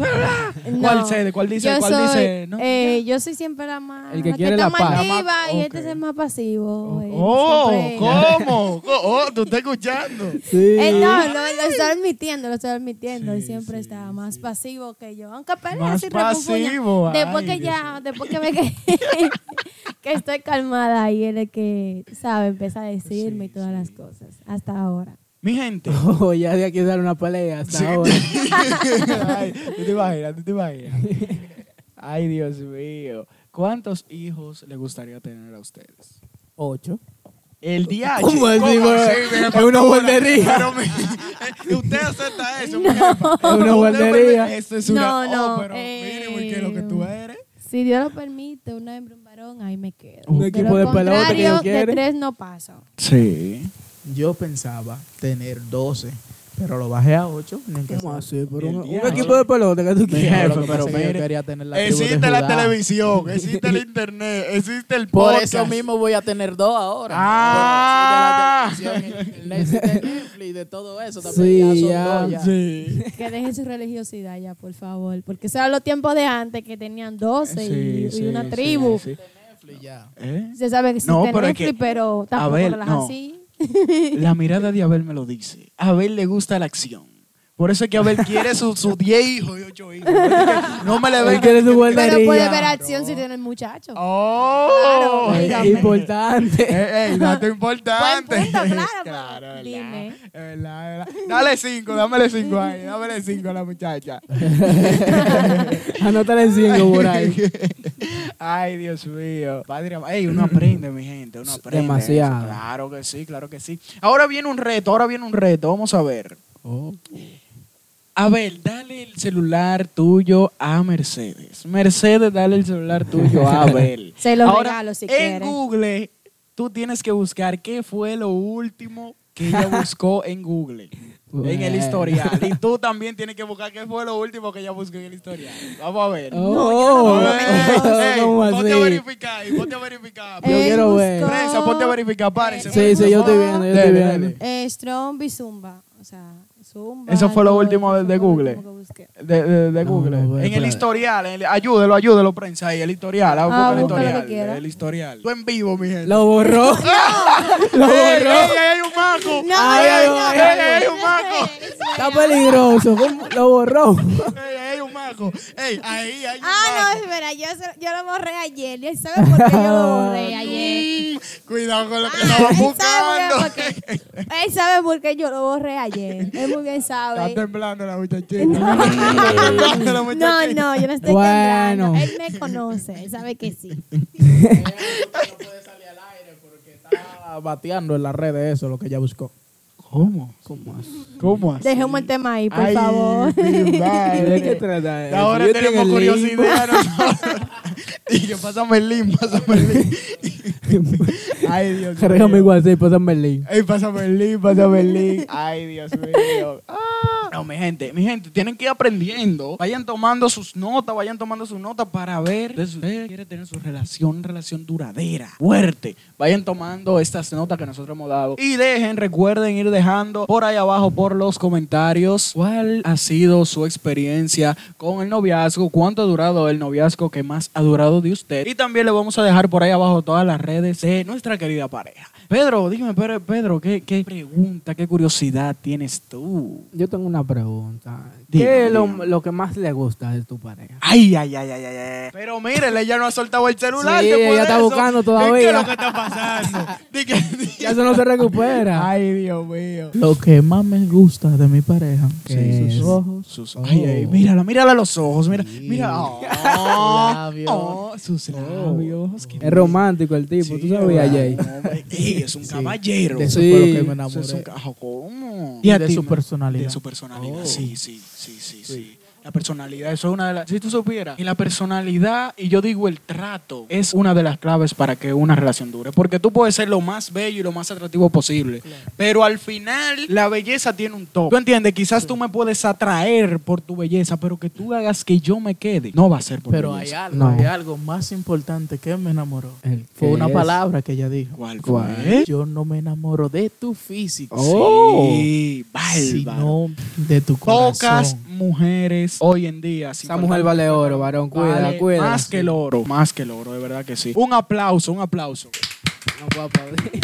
[SPEAKER 2] ¡Ah!
[SPEAKER 5] No.
[SPEAKER 2] ¿Cuál sede? ¿Cuál dice?
[SPEAKER 5] Yo
[SPEAKER 2] ¿Cuál
[SPEAKER 5] soy,
[SPEAKER 2] dice? No.
[SPEAKER 5] eh, yo soy siempre la más.
[SPEAKER 3] El que quiere
[SPEAKER 5] está
[SPEAKER 3] la
[SPEAKER 5] más
[SPEAKER 3] paz.
[SPEAKER 5] activa
[SPEAKER 2] La más-
[SPEAKER 5] y este
[SPEAKER 2] ok.
[SPEAKER 5] es el más pasivo. eh,
[SPEAKER 2] Oh,
[SPEAKER 5] siempre-
[SPEAKER 2] ¿cómo? Oh, tú estás escuchando.
[SPEAKER 3] Sí.
[SPEAKER 5] Eh, no, lo, lo estoy admitiendo, lo estoy admitiendo. Él siempre está más pasivo que yo. Aunque pelea
[SPEAKER 2] Más
[SPEAKER 5] así refunfuña.
[SPEAKER 2] pasivo, ay,
[SPEAKER 5] Después que
[SPEAKER 2] Dios
[SPEAKER 5] ya, después que ve que, que estoy calmada y él es que, sabe, empieza a decirme y todas las cosas. Hasta ahora.
[SPEAKER 2] Mi gente.
[SPEAKER 3] Oh, ya de aquí sale una pelea hasta ahora.
[SPEAKER 2] Ay, tú te imaginas, tú te imaginas. Ay, Dios mío. ¿Cuántos hijos le gustaría tener a ustedes?
[SPEAKER 3] Ocho.
[SPEAKER 2] El día
[SPEAKER 3] ¿Cómo así, bro? Es una guardería.
[SPEAKER 6] Pero
[SPEAKER 2] eh,
[SPEAKER 6] mi- usted acepta eso. mi
[SPEAKER 5] No.
[SPEAKER 3] Es una guardería.
[SPEAKER 2] Esto es
[SPEAKER 5] No,
[SPEAKER 2] una.
[SPEAKER 5] no,
[SPEAKER 2] Oh, pero
[SPEAKER 5] eh.
[SPEAKER 2] mínimo, ¿y qué es lo que tú eres?
[SPEAKER 5] Si Dios lo permite, una hembra, un varón, ahí me quedo.
[SPEAKER 3] Un
[SPEAKER 5] De
[SPEAKER 3] equipo
[SPEAKER 5] lo
[SPEAKER 3] de pelota que yo
[SPEAKER 5] contrario, de
[SPEAKER 3] quiero.
[SPEAKER 5] tres no paso.
[SPEAKER 2] Sí.
[SPEAKER 4] Yo pensaba tener 12, pero lo bajé a 8.
[SPEAKER 3] ¿Cómo así? Pero
[SPEAKER 2] El
[SPEAKER 3] un, un
[SPEAKER 2] diablo.
[SPEAKER 3] equipo de pelota que tú quieras.
[SPEAKER 2] Jefe, pero
[SPEAKER 4] yo
[SPEAKER 2] mire, eh,
[SPEAKER 4] quería tener la tribu de
[SPEAKER 6] Existe la
[SPEAKER 4] Judá.
[SPEAKER 6] televisión, existe el internet, existe el
[SPEAKER 4] Por
[SPEAKER 6] podcast.
[SPEAKER 4] eso mismo voy a tener dos ahora.
[SPEAKER 6] Ah.
[SPEAKER 4] Porque existe la televisión, el Netflix, el Netflix, de todo eso también
[SPEAKER 3] Sí,
[SPEAKER 4] ya son dos
[SPEAKER 3] ya.
[SPEAKER 4] ya.
[SPEAKER 2] Sí.
[SPEAKER 5] Que dejen su religiosidad ya, por favor. Porque esos eran los tiempos de antes que tenían 12 y, y
[SPEAKER 2] Sí, sí,
[SPEAKER 5] una
[SPEAKER 2] sí,
[SPEAKER 5] tribu.
[SPEAKER 2] sí.
[SPEAKER 4] Netflix ya.
[SPEAKER 2] ¿Eh?
[SPEAKER 5] Se sabe que existe
[SPEAKER 2] No, pero es
[SPEAKER 5] Netflix,
[SPEAKER 2] que-
[SPEAKER 5] pero tampoco
[SPEAKER 2] Abel,
[SPEAKER 5] las
[SPEAKER 2] no.
[SPEAKER 5] así.
[SPEAKER 2] La mirada de Abel me lo dice. A Abel le gusta la acción. Por eso es que Abel quiere sus su 10 hijos y 8 hijos. No me le
[SPEAKER 3] Él
[SPEAKER 2] venga.
[SPEAKER 3] quiere su
[SPEAKER 5] Pero puede ver
[SPEAKER 3] guardería.
[SPEAKER 5] acción si tiene el muchacho.
[SPEAKER 6] ¡Oh!
[SPEAKER 5] Claro,
[SPEAKER 3] Eh,
[SPEAKER 5] dígame.
[SPEAKER 3] Importante.
[SPEAKER 6] Eh, eh, dato
[SPEAKER 5] Buen
[SPEAKER 6] importante.
[SPEAKER 5] punto, claro. pero
[SPEAKER 6] Claro,
[SPEAKER 5] Dime.
[SPEAKER 6] Es verdad, es verdad. Dale cinco, dámele cinco ahí, dámele cinco a la muchacha.
[SPEAKER 3] Anótale cinco por ahí.
[SPEAKER 2] Ay, Dios mío. Padre, ama- ey, uno aprende, mi gente. Uno aprende.
[SPEAKER 3] Demasiado.
[SPEAKER 2] Claro que sí, claro que sí. Ahora viene un reto, ahora viene un reto. Vamos a ver.
[SPEAKER 3] Oh.
[SPEAKER 2] A ver, dale el celular tuyo a Mercedes. Mercedes, dale el celular tuyo a Abel.
[SPEAKER 5] Se lo
[SPEAKER 2] Ahora,
[SPEAKER 5] regalo si
[SPEAKER 2] en
[SPEAKER 5] quiere.
[SPEAKER 2] Google, tú tienes que buscar qué fue lo último que ella buscó en Google. En el
[SPEAKER 3] Bueno.
[SPEAKER 2] historial. Y tú también tienes que buscar qué fue lo último que ella buscó en el historial. Vamos a ver.
[SPEAKER 3] Oh,
[SPEAKER 6] Ey,
[SPEAKER 3] ¿cómo
[SPEAKER 6] ponte a
[SPEAKER 3] así?
[SPEAKER 6] verificar, ahí, ponte a verificar.
[SPEAKER 3] Yo
[SPEAKER 5] Él
[SPEAKER 3] quiero ver.
[SPEAKER 5] buscó
[SPEAKER 6] Prensa, ponte a verificar, párense.
[SPEAKER 3] Sí, sí, yo estoy viendo, yo estoy
[SPEAKER 2] Dale, dale.
[SPEAKER 3] viendo.
[SPEAKER 5] Eh, Stromb y Zumba. O sea, Zumba.
[SPEAKER 2] Eso fue lo
[SPEAKER 5] todo
[SPEAKER 2] último
[SPEAKER 5] eso
[SPEAKER 2] de- de
[SPEAKER 5] fue lo
[SPEAKER 2] Google.
[SPEAKER 5] último que busqué.
[SPEAKER 2] De, de- de
[SPEAKER 3] No,
[SPEAKER 2] Google.
[SPEAKER 3] no,
[SPEAKER 2] en el
[SPEAKER 3] espérate.
[SPEAKER 2] historial, en el- ayúdelo, ayúdelo, prensa ahí, el historial. Ah,
[SPEAKER 5] Ah,
[SPEAKER 2] busca el
[SPEAKER 5] busca lo que
[SPEAKER 2] historial.
[SPEAKER 5] quiera.
[SPEAKER 2] el historial. Tú en vivo, mi gente.
[SPEAKER 3] Lo borró. Lo
[SPEAKER 6] ¡Ey, ey,
[SPEAKER 3] borró.
[SPEAKER 6] ey, hay un maco!
[SPEAKER 5] No,
[SPEAKER 3] Ay, ay,
[SPEAKER 5] no,
[SPEAKER 3] ay,
[SPEAKER 5] no,
[SPEAKER 6] ay,
[SPEAKER 5] no,
[SPEAKER 6] ay,
[SPEAKER 5] no,
[SPEAKER 6] un
[SPEAKER 5] no,
[SPEAKER 6] maco.
[SPEAKER 5] eso
[SPEAKER 3] Está peligroso. ¿Cómo? Lo borró.
[SPEAKER 6] ¡Ey, hay un maco! ¡Ey, ahí hay un
[SPEAKER 5] Ah, no,
[SPEAKER 6] maco!
[SPEAKER 5] espera, yo, se- yo lo borré ayer. ¿Y él sabe por qué yo lo borré
[SPEAKER 6] Mm,
[SPEAKER 5] ayer?
[SPEAKER 6] Cuidado con lo que
[SPEAKER 5] Ah,
[SPEAKER 6] estamos
[SPEAKER 5] él sabe
[SPEAKER 6] buscando.
[SPEAKER 5] por qué, porque- él sabe por qué yo lo borré ayer. Él muy bien
[SPEAKER 6] Está
[SPEAKER 5] sabe.
[SPEAKER 6] temblando la muchachita. Está temblando la
[SPEAKER 5] No,
[SPEAKER 6] muchachita.
[SPEAKER 5] no, yo no estoy
[SPEAKER 3] Bueno.
[SPEAKER 5] temblando. Él me conoce, él sabe que sí.
[SPEAKER 4] Está bateando en las redes eso, lo que ella buscó.
[SPEAKER 2] ¿Cómo? ¿Cómo así?
[SPEAKER 5] Dejemos el tema ahí, por
[SPEAKER 2] Ay,
[SPEAKER 5] favor.
[SPEAKER 2] mi madre.
[SPEAKER 3] ¿De qué trata eso?
[SPEAKER 6] Ahora
[SPEAKER 3] Yo estoy en
[SPEAKER 6] tenemos
[SPEAKER 3] el
[SPEAKER 6] curiosidad nosotros. Y que pásame el link, pásame el link. Ay, Dios mío.
[SPEAKER 3] Carrega mi pues, WhatsApp, pásame el link.
[SPEAKER 6] Ey, pásame el link, pásame el link. Ay, Dios mío.
[SPEAKER 2] No, mi gente, mi gente, tienen que ir aprendiendo. Vayan tomando sus notas, vayan tomando sus notas para ver Entonces, si usted quiere tener su relación, relación duradera, fuerte. Vayan tomando estas notas que nosotros hemos dado. Y dejen, recuerden ir dejando por ahí abajo, por los comentarios, cuál ha sido su experiencia con el noviazgo, cuánto ha durado el noviazgo que más ha durado de usted. Y también le vamos a dejar por ahí abajo todas las redes de nuestra querida pareja. Pedro, dime, Pedro, Pedro, ¿qué, qué pregunta, qué curiosidad tienes tú?
[SPEAKER 3] Yo tengo una pregunta.
[SPEAKER 2] Dígame,
[SPEAKER 3] ¿Qué es lo,
[SPEAKER 2] dígame.
[SPEAKER 3] lo que más le gusta de tu pareja?
[SPEAKER 2] Ay, ay, ay, ay, ay, ay. Pero mírenle, ella no ha soltado el celular.
[SPEAKER 3] Sí,
[SPEAKER 2] después
[SPEAKER 3] ella
[SPEAKER 2] de
[SPEAKER 3] está
[SPEAKER 2] eso.
[SPEAKER 3] buscando
[SPEAKER 2] ¿Qué- ¿Qué
[SPEAKER 3] todavía.
[SPEAKER 2] es lo que está pasando? Di que- di-
[SPEAKER 3] Ya eso no se recupera.
[SPEAKER 2] Ay, Dios mío.
[SPEAKER 4] Lo que más me gusta de mi pareja
[SPEAKER 3] Sí,
[SPEAKER 4] que
[SPEAKER 3] sus
[SPEAKER 4] sus ojos,
[SPEAKER 2] Sus, ay, ay, mírala, mírala a los ojos, mira, mira. Oh,
[SPEAKER 4] labios.
[SPEAKER 2] oh, sus labios. qué-
[SPEAKER 3] Es romántico el tipo, tú sabías, Jay.
[SPEAKER 2] No, hombre, ey, es un caballero.
[SPEAKER 4] de eso
[SPEAKER 3] Sí,
[SPEAKER 4] fue lo que me
[SPEAKER 2] Eso
[SPEAKER 4] enamoré.
[SPEAKER 2] es un cajo, ¿cómo?
[SPEAKER 4] Y de
[SPEAKER 2] a ti,
[SPEAKER 4] su
[SPEAKER 2] ma-
[SPEAKER 4] personalidad.
[SPEAKER 2] De su personalidad, sí, sí, sí, sí, sí. La personalidad, eso es una de las... Si tú supieras, y la personalidad, y yo digo el trato, es una de las claves para que una relación dure. Porque tú puedes ser lo más bello y lo más atractivo posible. Pero al final, la belleza tiene un tope. ¿Tú entiendes? Quizás tú me puedes atraer por tu belleza, pero que tú hagas que yo me quede. No va a ser por
[SPEAKER 4] Pero
[SPEAKER 2] tu
[SPEAKER 4] hay
[SPEAKER 2] belleza.
[SPEAKER 4] algo,
[SPEAKER 3] No.
[SPEAKER 4] hay algo más importante que me enamoró.
[SPEAKER 3] El
[SPEAKER 4] Fue
[SPEAKER 3] que
[SPEAKER 4] una
[SPEAKER 3] es-
[SPEAKER 4] palabra que ella dijo.
[SPEAKER 2] ¿Cuál
[SPEAKER 3] ¿Cuál?
[SPEAKER 2] fue? Oh,
[SPEAKER 4] Yo no me enamoro de tu físico,
[SPEAKER 2] Sí, bárbaro.
[SPEAKER 4] sino de tu
[SPEAKER 2] Pocas
[SPEAKER 4] corazón.
[SPEAKER 2] mujeres hoy en día. si
[SPEAKER 3] Esa mujer
[SPEAKER 2] faltan-
[SPEAKER 3] vale oro, varón. Cuida,
[SPEAKER 2] Vale
[SPEAKER 3] cuida.
[SPEAKER 2] Más que el oro, más que el oro, de verdad que sí. Un aplauso, un aplauso.
[SPEAKER 3] No puedo aplaudir.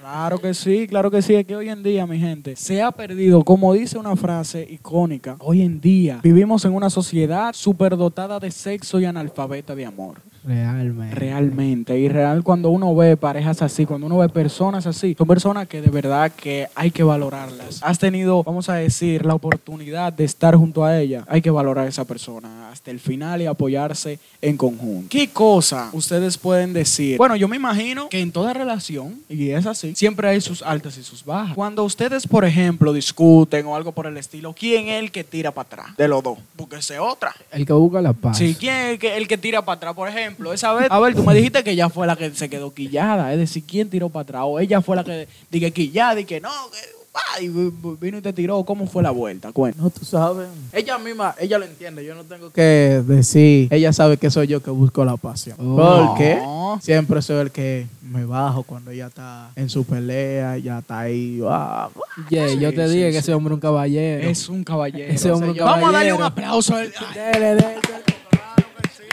[SPEAKER 2] Claro que sí, claro que sí. Es que hoy en día, mi gente, se ha perdido, como dice una frase icónica, hoy en día vivimos en una sociedad superdotada de sexo y analfabeta de amor.
[SPEAKER 3] Realmente.
[SPEAKER 2] Realmente, y real cuando uno ve parejas así, cuando uno ve personas así, son personas que de verdad que hay que valorarlas. Has tenido, vamos a decir, la oportunidad de estar junto a ella. Hay que valorar a esa persona hasta el final y apoyarse en conjunto. ¿Qué cosa ustedes pueden decir? Bueno, yo me imagino que en toda relación, y es así, siempre hay sus altas y sus bajas. Cuando ustedes, por ejemplo, discuten o algo por el estilo, ¿quién es el que tira para atrás? De los dos, porque se otra.
[SPEAKER 3] El que busca la paz.
[SPEAKER 2] Sí, ¿quién es el que, el que tira para atrás? Por ejemplo, esa vez, a ver, tú me dijiste que ella fue la que se quedó quillada, es decir, ¿quién tiró para atrás? O ella fue la que dije quillada y que no, que, pa, y vi- vi- vino y te tiró. ¿Cómo fue la vuelta? Cuenta.
[SPEAKER 4] No, tú sabes. Ella misma, ella lo entiende. Yo no tengo que decir. Ella sabe que soy yo que busco la pasión.
[SPEAKER 3] Oh.
[SPEAKER 4] Porque siempre soy el que me bajo cuando ella está en su pelea, ya está ahí. ah,
[SPEAKER 3] Yeah, yo te dije que ese hombre es un caballero.
[SPEAKER 2] Es un caballero.
[SPEAKER 3] Ese hombre
[SPEAKER 2] Señor. Vamos a darle
[SPEAKER 3] caballero.
[SPEAKER 2] un aplauso. al- ay,
[SPEAKER 3] Dele, dele.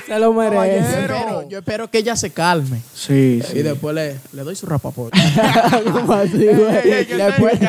[SPEAKER 3] Se lo
[SPEAKER 4] yo,
[SPEAKER 3] merece.
[SPEAKER 4] espero, yo espero que ella se calme.
[SPEAKER 2] Sí,
[SPEAKER 4] Y
[SPEAKER 2] sí.
[SPEAKER 4] después le, le doy su rapaporte.
[SPEAKER 3] ¿Cómo así,
[SPEAKER 2] eh,
[SPEAKER 3] güey? Después-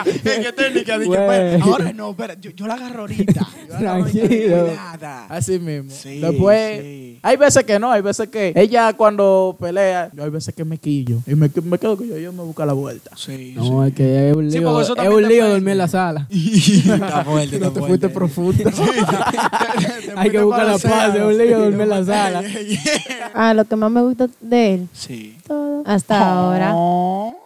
[SPEAKER 3] Güey.
[SPEAKER 2] Ahora no, espera, yo, yo la agarro ahorita. Yo la agarro ahorita
[SPEAKER 3] Tranquilo.
[SPEAKER 2] quillada.
[SPEAKER 4] Así mismo.
[SPEAKER 2] Sí,
[SPEAKER 4] Después,
[SPEAKER 2] sí.
[SPEAKER 4] hay veces que no, hay veces que ella cuando pelea, yo hay veces que me quillo. Y me, me quedo que yo, yo me busco la vuelta.
[SPEAKER 2] Sí, sí.
[SPEAKER 3] No, es que es un
[SPEAKER 2] Sí,
[SPEAKER 3] lío.
[SPEAKER 2] porque eso
[SPEAKER 3] es
[SPEAKER 2] también
[SPEAKER 3] un
[SPEAKER 2] te
[SPEAKER 3] lío
[SPEAKER 2] puede-
[SPEAKER 3] dormir en la sala.
[SPEAKER 2] Está fuerte,
[SPEAKER 3] No
[SPEAKER 2] está
[SPEAKER 3] te
[SPEAKER 2] fuerte.
[SPEAKER 3] fuiste profundo. Hay que
[SPEAKER 2] fuiste
[SPEAKER 3] buscar
[SPEAKER 2] para
[SPEAKER 3] la
[SPEAKER 2] la
[SPEAKER 3] paz. Es
[SPEAKER 2] sala.
[SPEAKER 3] un lío dormir en la sala.
[SPEAKER 5] Ah, lo que más me gusta de él.
[SPEAKER 2] Sí.
[SPEAKER 5] Todo. Hasta
[SPEAKER 2] Oh.
[SPEAKER 5] ahora.
[SPEAKER 2] No.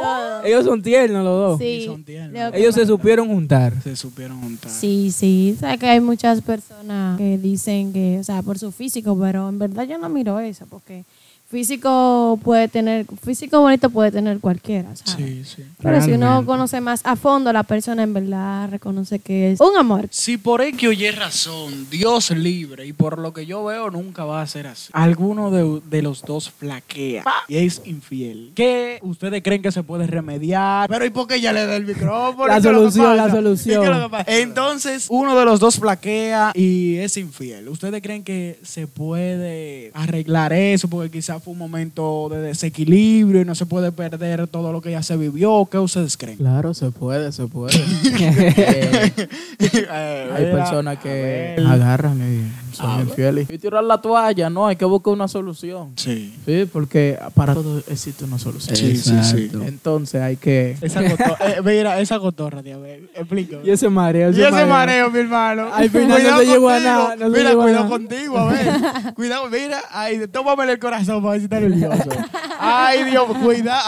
[SPEAKER 5] Todo.
[SPEAKER 3] Ellos son tiernos los dos.
[SPEAKER 5] Sí.
[SPEAKER 2] son tiernos.
[SPEAKER 5] lo que
[SPEAKER 3] Ellos se
[SPEAKER 5] más-
[SPEAKER 3] supieron juntar.
[SPEAKER 2] Se supieron juntar.
[SPEAKER 5] Sí, sí. O sea, que hay muchas personas que dicen que, o sea, por su físico, pero en verdad yo no miro eso, porque físico puede tener, físico bonito puede tener cualquiera, o sea.
[SPEAKER 2] Sí, sí.
[SPEAKER 5] Pero si uno conoce más a fondo a la persona, en verdad reconoce que es un amor.
[SPEAKER 2] Si por X o Y razón, Dios libre, y por lo que yo veo, nunca va a ser así. Alguno de, de los dos flaquea y es infiel. ¿Qué ustedes creen que se puede remediar? Pero ¿y por qué ya le da el micrófono?
[SPEAKER 3] La
[SPEAKER 2] ¿Qué es lo que
[SPEAKER 3] solución, la
[SPEAKER 2] pasa?
[SPEAKER 3] solución.
[SPEAKER 2] ¿Qué es lo que pasa? Entonces, uno de los dos flaquea y es infiel. ¿Ustedes creen que se puede arreglar eso? Porque quizás fue un momento de desequilibrio y no se puede perder todo lo que ya se vivió. ¿Qué ustedes creen?
[SPEAKER 4] Claro, se puede, se puede. Eh, hay
[SPEAKER 2] pues,
[SPEAKER 4] personas que agarran y son infieles. Y tirar la toalla, no, hay que buscar una solución.
[SPEAKER 2] Sí.
[SPEAKER 4] Sí, porque para todo existe una solución.
[SPEAKER 2] Sí, sí, sí.
[SPEAKER 4] Entonces hay que...
[SPEAKER 2] Esa cotorra, eh, mira, esa cotorra, tío, explico.
[SPEAKER 3] Y ese mareo.
[SPEAKER 2] Y ese mareo, mi hermano.
[SPEAKER 3] Al final no
[SPEAKER 2] Cuidado
[SPEAKER 3] te llegó a
[SPEAKER 2] contigo.
[SPEAKER 3] nada, no te
[SPEAKER 2] mira,
[SPEAKER 3] llegó a
[SPEAKER 2] cuidado
[SPEAKER 3] nada.
[SPEAKER 2] contigo, a ver. Cuidado, mira. Ay, tómame el corazón para ver si está nervioso. Ay, Dios, cuidado.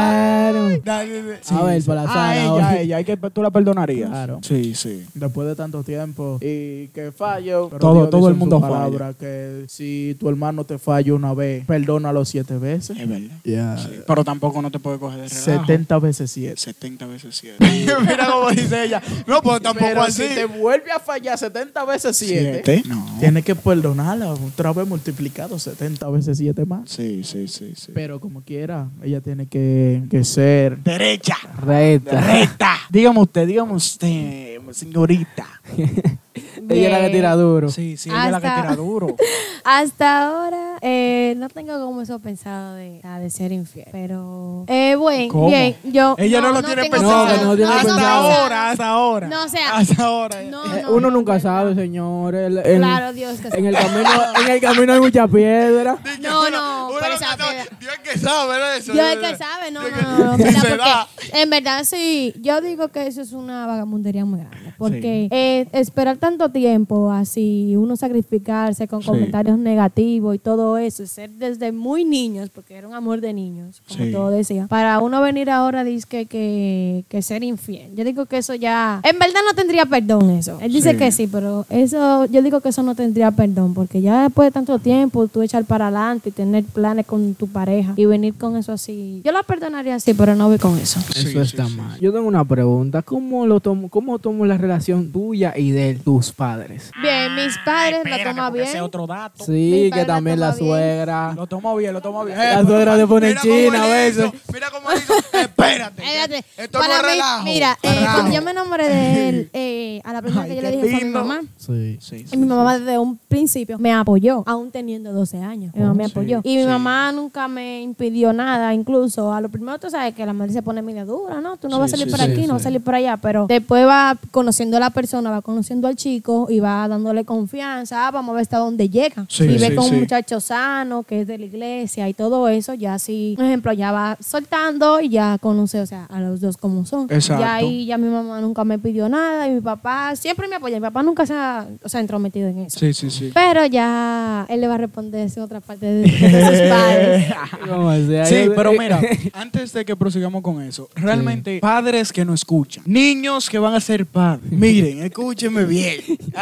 [SPEAKER 2] Ay. Dale, dale.
[SPEAKER 3] A ver, para la
[SPEAKER 2] A
[SPEAKER 3] sala,
[SPEAKER 2] ella,
[SPEAKER 3] ahora.
[SPEAKER 2] a ella. Hay que, tú la perdonarías.
[SPEAKER 4] Claro.
[SPEAKER 2] Sí, sí.
[SPEAKER 4] Después de tanto tiempo y que fallo, pero
[SPEAKER 2] Todo-
[SPEAKER 4] Dios
[SPEAKER 2] todo
[SPEAKER 4] dice
[SPEAKER 2] el
[SPEAKER 4] en
[SPEAKER 2] mundo
[SPEAKER 4] su palabra que si tu hermano te falla una vez, perdónalo siete veces.
[SPEAKER 2] Es verdad.
[SPEAKER 4] Ya.
[SPEAKER 2] Sí. Pero tampoco no te puede coger de relajo.
[SPEAKER 4] 70 veces siete.
[SPEAKER 2] 70 veces 7. mira cómo dice ella. No, pues tampoco
[SPEAKER 4] Pero
[SPEAKER 2] así.
[SPEAKER 4] si te vuelve a fallar 70 veces siete,
[SPEAKER 2] Siete. No.
[SPEAKER 4] tienes que perdonarla otra vez multiplicado 70 veces siete más.
[SPEAKER 2] Sí, sí, sí, sí.
[SPEAKER 4] Pero como quiera, ella tiene que, que ser
[SPEAKER 2] Derecha.
[SPEAKER 3] Recta.
[SPEAKER 2] Recta. Dígame usted, dígame usted, señorita.
[SPEAKER 3] Ella era la que tira duro.
[SPEAKER 2] Sí, sí, ella es la que
[SPEAKER 5] Hasta-
[SPEAKER 2] tira duro.
[SPEAKER 5] Hasta ahora eh, no tengo como eso pensado de, ah, de ser infiel, pero eh, bueno,
[SPEAKER 2] ¿Cómo?
[SPEAKER 5] bien, yo
[SPEAKER 2] Ella no, lo tiene
[SPEAKER 5] tengo
[SPEAKER 2] pensado.
[SPEAKER 3] No, que no tiene
[SPEAKER 5] no,
[SPEAKER 2] hasta
[SPEAKER 3] pensado.
[SPEAKER 2] ahora, hasta ahora.
[SPEAKER 5] No, o sea,
[SPEAKER 2] hasta ahora.
[SPEAKER 5] no,
[SPEAKER 3] Eh,
[SPEAKER 5] no,
[SPEAKER 3] Uno
[SPEAKER 5] no,
[SPEAKER 3] nunca
[SPEAKER 5] no.
[SPEAKER 3] sabe, señores. El- el-
[SPEAKER 5] Claro, Dios que
[SPEAKER 3] En
[SPEAKER 5] sí.
[SPEAKER 3] el camino, en el camino hay mucha piedra.
[SPEAKER 5] No, no, pero esa peda-
[SPEAKER 6] Dios es que sabe, ¿verdad? Eso,
[SPEAKER 5] Yo el
[SPEAKER 6] ¿verdad?
[SPEAKER 5] que sabe, no,
[SPEAKER 6] Yo
[SPEAKER 5] no,
[SPEAKER 6] que-
[SPEAKER 5] no, no,
[SPEAKER 6] Sí,
[SPEAKER 5] ¿verdad?
[SPEAKER 6] se
[SPEAKER 5] Porque
[SPEAKER 6] da.
[SPEAKER 5] en verdad sí, yo digo que eso es una vagabundería muy grande, porque eh, esperar tanto tiempo así, uno sacrificarse con
[SPEAKER 2] Sí.
[SPEAKER 5] comentarios negativos y todo eso, y ser desde muy niños, porque era un amor de niños, como
[SPEAKER 2] Sí.
[SPEAKER 5] todo decía, para uno venir ahora dice que, que, que ser infiel. Yo digo que eso ya, en verdad no tendría perdón eso. Él dice
[SPEAKER 2] Sí.
[SPEAKER 5] que sí, pero eso, yo digo que eso no tendría perdón, porque ya después de tanto tiempo tú echar para adelante y tener planes con tu pareja y venir con eso así, yo la perdonaría así, pero no voy con eso.
[SPEAKER 2] Eso está mal.
[SPEAKER 3] Yo tengo una pregunta. ¿Cómo lo tomo, cómo tomo la relación tuya y de tus padres?
[SPEAKER 5] Bien, mis padres la
[SPEAKER 2] Espérate,
[SPEAKER 5] toman
[SPEAKER 2] porque
[SPEAKER 5] bien.
[SPEAKER 2] ese es otro dato.
[SPEAKER 3] Sí,
[SPEAKER 5] padre
[SPEAKER 3] que
[SPEAKER 5] la
[SPEAKER 3] también la
[SPEAKER 5] toma bien.
[SPEAKER 3] suegra.
[SPEAKER 4] Lo tomo bien, lo tomo bien.
[SPEAKER 3] La suegra se pone en china a veces.
[SPEAKER 6] Mira cómo hizo. Espérate.
[SPEAKER 5] Espérate.
[SPEAKER 6] Esto
[SPEAKER 5] Para
[SPEAKER 6] no es
[SPEAKER 5] mí,
[SPEAKER 6] relajo.
[SPEAKER 5] Mira, eh,
[SPEAKER 6] Relajo.
[SPEAKER 5] cuando yo me enamoré de él, eh, a la primera que yo le dije fue a mi mamá.
[SPEAKER 3] Sí.
[SPEAKER 5] Y mi mamá desde un principio me apoyó, aún teniendo 12 años. Mi mamá me apoyó. y mi mamá nunca me impidió nada, incluso a lo primero tú sabes que la madre se pone media dura, ¿no? Tú no vas a salir por aquí, no vas a salir por allá, pero después va conociendo a la persona, va conociendo al chico y va dándole confianza, ah, vamos a ver hasta dónde llega.
[SPEAKER 2] Sí,
[SPEAKER 5] y ve
[SPEAKER 2] sí,
[SPEAKER 5] con
[SPEAKER 2] sí.
[SPEAKER 5] un muchacho sano, que es de la iglesia y todo eso, ya sí, por ejemplo, ya va soltando y ya conoce, o sea, a los dos como son.
[SPEAKER 2] Exacto.
[SPEAKER 5] Ya ahí ya mi mamá nunca me pidió nada y mi papá siempre me apoyó. Mi papá nunca se ha, o sea, entrometido en eso.
[SPEAKER 2] Sí, sí, sí.
[SPEAKER 5] Pero ya él le va a responder eso en otra parte de, de sus padres.
[SPEAKER 3] ¿Cómo sea?
[SPEAKER 2] Sí,
[SPEAKER 3] Yo-
[SPEAKER 2] pero mira, antes de que prosigamos con eso, realmente padres que no escuchan, niños que van a ser padres, miren, escúchenme bien,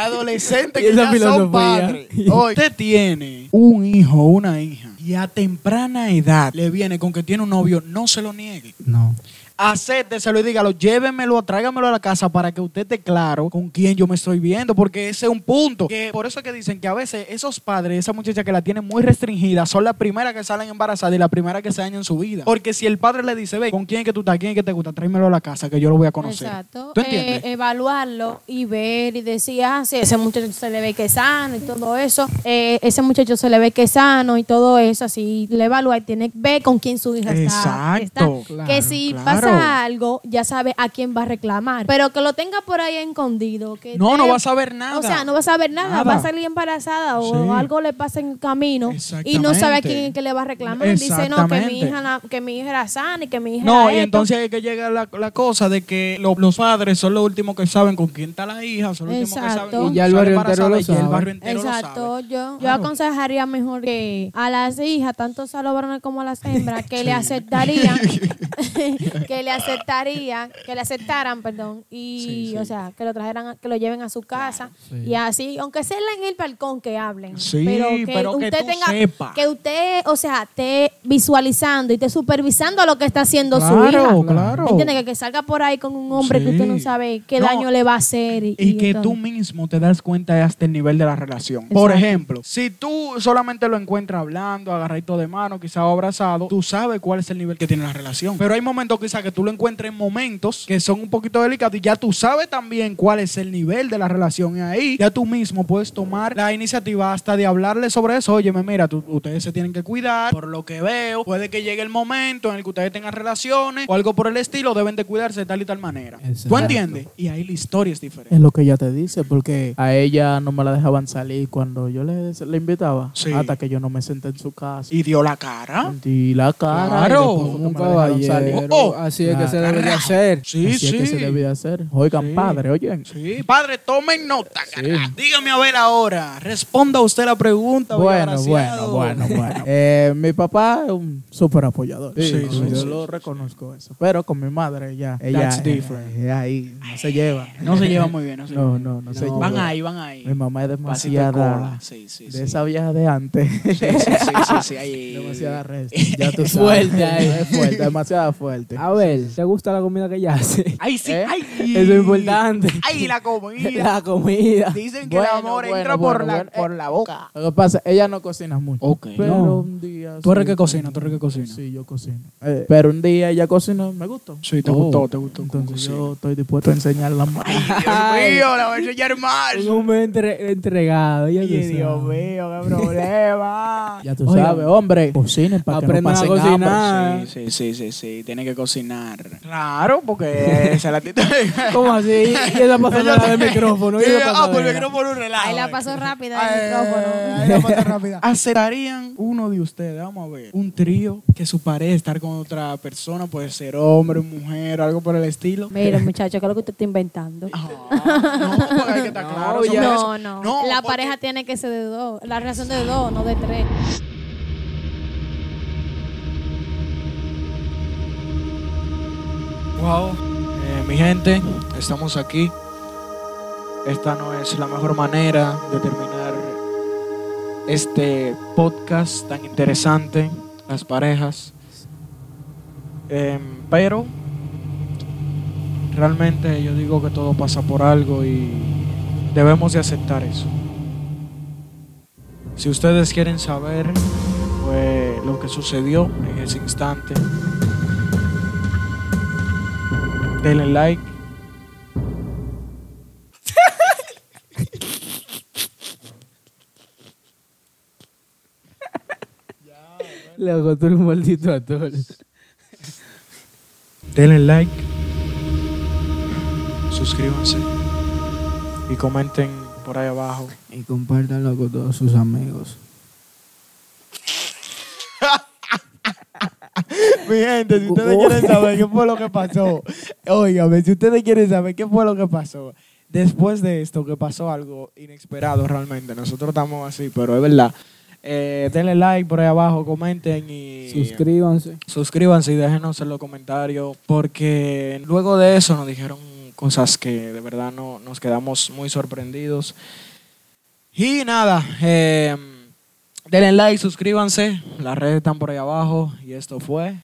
[SPEAKER 2] adolescentes
[SPEAKER 3] Y
[SPEAKER 2] que
[SPEAKER 3] esa
[SPEAKER 2] ya son
[SPEAKER 3] filosofía.
[SPEAKER 2] padres, usted tiene un hijo o una hija y a temprana edad le viene con que tiene un novio, no se lo niegue.
[SPEAKER 3] No.
[SPEAKER 2] Acépteselo y dígalo, llévenmelo, tráigamelo a la casa para que usted esté claro con quién yo me estoy viendo, porque ese es un punto. Que por eso es que dicen que a veces esos padres, esas muchachas que la tienen muy restringida, son las primeras que salen embarazadas y las primeras que se dañan su vida. Porque si el padre le dice, ve, ¿con quién es que tú estás? ¿Quién es que te gusta? Tráemelo a la casa, que yo lo voy a conocer.
[SPEAKER 5] Exacto.
[SPEAKER 2] ¿Tú
[SPEAKER 5] Eh,
[SPEAKER 2] entiendes?
[SPEAKER 5] evaluarlo y ver y decir, ah, sí, ese muchacho se le ve que es sano y todo eso. Eh, ese muchacho se le ve que es sano y todo eso. Así le evalúa y tiene que ver con quién su hija está.
[SPEAKER 2] Exacto,
[SPEAKER 5] está.
[SPEAKER 2] claro,
[SPEAKER 5] que si
[SPEAKER 2] claro.
[SPEAKER 5] pasa algo, ya sabe a quién va a reclamar. Pero que lo tenga por ahí escondido. Que
[SPEAKER 2] No,
[SPEAKER 5] esté-
[SPEAKER 2] no va a saber nada.
[SPEAKER 5] eh, O sea, no va a saber nada.
[SPEAKER 2] Nada.
[SPEAKER 5] Va a salir embarazada o
[SPEAKER 2] Sí.
[SPEAKER 5] algo le pasa en el camino y no sabe a quién es que le va a reclamar. Dice, no, que mi
[SPEAKER 2] Exactamente.
[SPEAKER 5] hija, la- que mi hija era sana y que mi hija
[SPEAKER 2] No,
[SPEAKER 5] era
[SPEAKER 2] y
[SPEAKER 5] esto".
[SPEAKER 2] entonces hay que llegar la, la cosa de que lo- los padres son los últimos que saben con quién está la hija, son los últimos que
[SPEAKER 5] Exacto.
[SPEAKER 2] saben.
[SPEAKER 5] Y
[SPEAKER 3] ya el
[SPEAKER 2] sale
[SPEAKER 3] barrio entero
[SPEAKER 2] embarazada
[SPEAKER 3] lo
[SPEAKER 2] y ya el
[SPEAKER 3] sabe.
[SPEAKER 2] barrio entero lo
[SPEAKER 5] Exacto,
[SPEAKER 2] sabe.
[SPEAKER 5] yo, yo
[SPEAKER 2] Claro.
[SPEAKER 5] aconsejaría mejor que a las hijas, tanto a los varones como a las hembras, que le aceptarían, que le aceptarían, que le aceptaran, perdón, y o sea, que lo trajeran, a- que lo lleven a su casa y así, aunque sea en el balcón que hablen,
[SPEAKER 2] Sí,
[SPEAKER 5] pero que
[SPEAKER 2] pero que
[SPEAKER 5] usted
[SPEAKER 2] tú
[SPEAKER 5] tenga,
[SPEAKER 2] sepa.
[SPEAKER 5] que usted, o sea, esté visualizando y esté supervisando lo que está haciendo su hija.
[SPEAKER 2] Claro, claro.
[SPEAKER 5] ¿Entiendes? Que, que salga por ahí con un hombre que usted no
[SPEAKER 2] Sí.
[SPEAKER 5] sabe qué
[SPEAKER 2] No,
[SPEAKER 5] daño le va a hacer. Y,
[SPEAKER 2] Y que tú
[SPEAKER 5] entonces-
[SPEAKER 2] mismo te das cuenta hasta el nivel de la relación. Por ejemplo, si tú solamente lo encuentras hablando, agarradito de mano, quizás abrazado, tú sabes cuál es el nivel que tiene la relación. Pero hay momentos quizás que tú lo encuentres en momentos que son un poquito delicados y ya tú sabes también cuál es el nivel de la relación. Y ahí ya tú mismo puedes tomar la iniciativa hasta de hablarle sobre eso. Óyeme, mira, tú- ustedes se tienen que cuidar por lo que veo. Puede que llegue el momento en el que ustedes tengan relaciones o algo por el estilo. Deben de cuidarse de tal y tal manera. ¿Tú
[SPEAKER 3] Exacto.
[SPEAKER 2] entiendes? Y ahí la historia es diferente.
[SPEAKER 4] Es lo que ella te dice, porque a ella no me la dejaban salir cuando yo le, le invitaba,
[SPEAKER 2] Sí.
[SPEAKER 4] hasta que yo no me senté en su casa.
[SPEAKER 2] y dio la cara.
[SPEAKER 4] Sentí la cara.
[SPEAKER 2] Claro.
[SPEAKER 4] y después
[SPEAKER 3] Como
[SPEAKER 4] nunca
[SPEAKER 3] un
[SPEAKER 4] me la dejaron salir.
[SPEAKER 3] caballero.
[SPEAKER 2] Oh, oh.
[SPEAKER 3] Así es que se
[SPEAKER 4] Claro.
[SPEAKER 3] debería hacer.
[SPEAKER 2] Sí,
[SPEAKER 4] Así es
[SPEAKER 2] sí.
[SPEAKER 4] que se debía hacer. Oigan,
[SPEAKER 2] Sí.
[SPEAKER 4] padre, oye.
[SPEAKER 2] Sí, padre, tomen nota. carajo. Dígame a ver ahora. Responda usted la pregunta.
[SPEAKER 4] Bueno, bueno,
[SPEAKER 2] Villagraciado.
[SPEAKER 4] bueno, bueno. Eh, mi papá es un súper apoyador.
[SPEAKER 2] Sí, sí,
[SPEAKER 4] yo
[SPEAKER 2] sí,
[SPEAKER 4] lo reconozco eso. Pero con mi madre ya. Ella,
[SPEAKER 2] That's
[SPEAKER 4] eh,
[SPEAKER 2] different.
[SPEAKER 4] eh, ahí no se lleva.
[SPEAKER 2] No se lleva muy bien. No, se lleva
[SPEAKER 4] No,
[SPEAKER 2] muy
[SPEAKER 4] no, no se
[SPEAKER 2] bien.
[SPEAKER 4] lleva.
[SPEAKER 2] Van ahí, van ahí.
[SPEAKER 4] Mi mamá es
[SPEAKER 2] Pasito de
[SPEAKER 4] demasiada.
[SPEAKER 2] cola. Sí, sí, sí.
[SPEAKER 4] De esa vieja de antes.
[SPEAKER 2] Sí, sí, sí, sí, sí, ahí.
[SPEAKER 4] Demasiada res. Ya tú sabes.
[SPEAKER 3] Fuerte ahí.
[SPEAKER 4] Es fuerte, demasiado fuerte.
[SPEAKER 2] Ah.
[SPEAKER 3] A ver, ¿te gusta la comida que ella hace?
[SPEAKER 2] Ay, sí,
[SPEAKER 4] ¿Eh?
[SPEAKER 2] ay.
[SPEAKER 3] Eso es importante.
[SPEAKER 2] Ay, la comida.
[SPEAKER 3] La comida.
[SPEAKER 2] Dicen que el
[SPEAKER 4] Bueno,
[SPEAKER 2] amor
[SPEAKER 4] bueno,
[SPEAKER 2] entra por,
[SPEAKER 4] bueno,
[SPEAKER 2] la,
[SPEAKER 4] bueno.
[SPEAKER 2] por la boca.
[SPEAKER 4] Ah, Lo que pasa, ella no cocina mucho.
[SPEAKER 2] Ok.
[SPEAKER 4] Pero
[SPEAKER 2] Oh, no.
[SPEAKER 4] un día.
[SPEAKER 2] Tú eres
[SPEAKER 4] sí,
[SPEAKER 2] que cocina, tú eres que cocina.
[SPEAKER 4] Sí, yo cocino. Eh, pero un día ella cocina, me gustó.
[SPEAKER 2] Sí, te
[SPEAKER 4] Oh.
[SPEAKER 2] gustó, te gustó.
[SPEAKER 4] Entonces yo estoy dispuesto a enseñar la mano.
[SPEAKER 2] Dios mío, la voy a enseñar mal.
[SPEAKER 3] Un hombre entre- entregado. Ya tú
[SPEAKER 2] Ay, Dios
[SPEAKER 3] sabes.
[SPEAKER 2] mío, qué problema.
[SPEAKER 4] Ya tú
[SPEAKER 3] Oigan.
[SPEAKER 4] sabes, hombre. Cocinen para que no
[SPEAKER 3] Aprendan a
[SPEAKER 4] pasen
[SPEAKER 3] cocinar.
[SPEAKER 4] hambre.
[SPEAKER 3] Ah.
[SPEAKER 2] Sí, sí, sí, sí, sí. Tiene que cocinar. terminar. Claro, porque esa la tita.
[SPEAKER 3] ¿Cómo así? Y ella pasó la del micrófono. y ella pasó
[SPEAKER 2] ah, por
[SPEAKER 3] de-
[SPEAKER 2] el micrófono un relajo.
[SPEAKER 5] Ahí la pasó rápida
[SPEAKER 6] Ay,
[SPEAKER 5] el micrófono.
[SPEAKER 6] ahí la pata rápida.
[SPEAKER 2] ¿Aceptarían uno de ustedes, vamos a ver, un trío que su pareja estar con otra persona, puede ser hombre, mujer, algo por el estilo?
[SPEAKER 5] Mira, muchacho, ¿qué es lo que usted está inventando?
[SPEAKER 2] Ah, no, porque hay que estar claro. sobre eso.
[SPEAKER 5] No, no, La
[SPEAKER 2] porque-
[SPEAKER 5] pareja tiene que ser de dos. La relación de dos, no de tres.
[SPEAKER 2] Wow, eh, mi gente, estamos aquí. Esta no es la mejor manera de terminar este podcast tan interesante, las parejas. Em, pero realmente yo digo que todo pasa por algo y debemos de aceptar eso. Si ustedes quieren saber pues, lo que sucedió en ese instante, denle like.
[SPEAKER 3] Le agotó el maldito a todos.
[SPEAKER 2] denle like, suscríbanse y comenten por ahí abajo.
[SPEAKER 4] Y compártanlo con todos sus amigos.
[SPEAKER 6] Mi gente, si ustedes quieren saber qué fue lo que pasó, óigame, si ustedes quieren saber qué fue lo que pasó,
[SPEAKER 2] Después de esto, que pasó algo inesperado realmente, nosotros estamos así, pero es verdad. Eh, denle like por ahí abajo, comenten y
[SPEAKER 3] Suscríbanse.
[SPEAKER 2] suscríbanse y déjenos en los comentarios, porque luego de eso nos dijeron cosas que de verdad no, nos quedamos muy sorprendidos. Y nada, eh, denle like, suscríbanse, las redes están por ahí abajo y esto fue...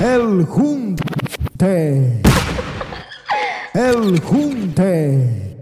[SPEAKER 1] El junte. El junte.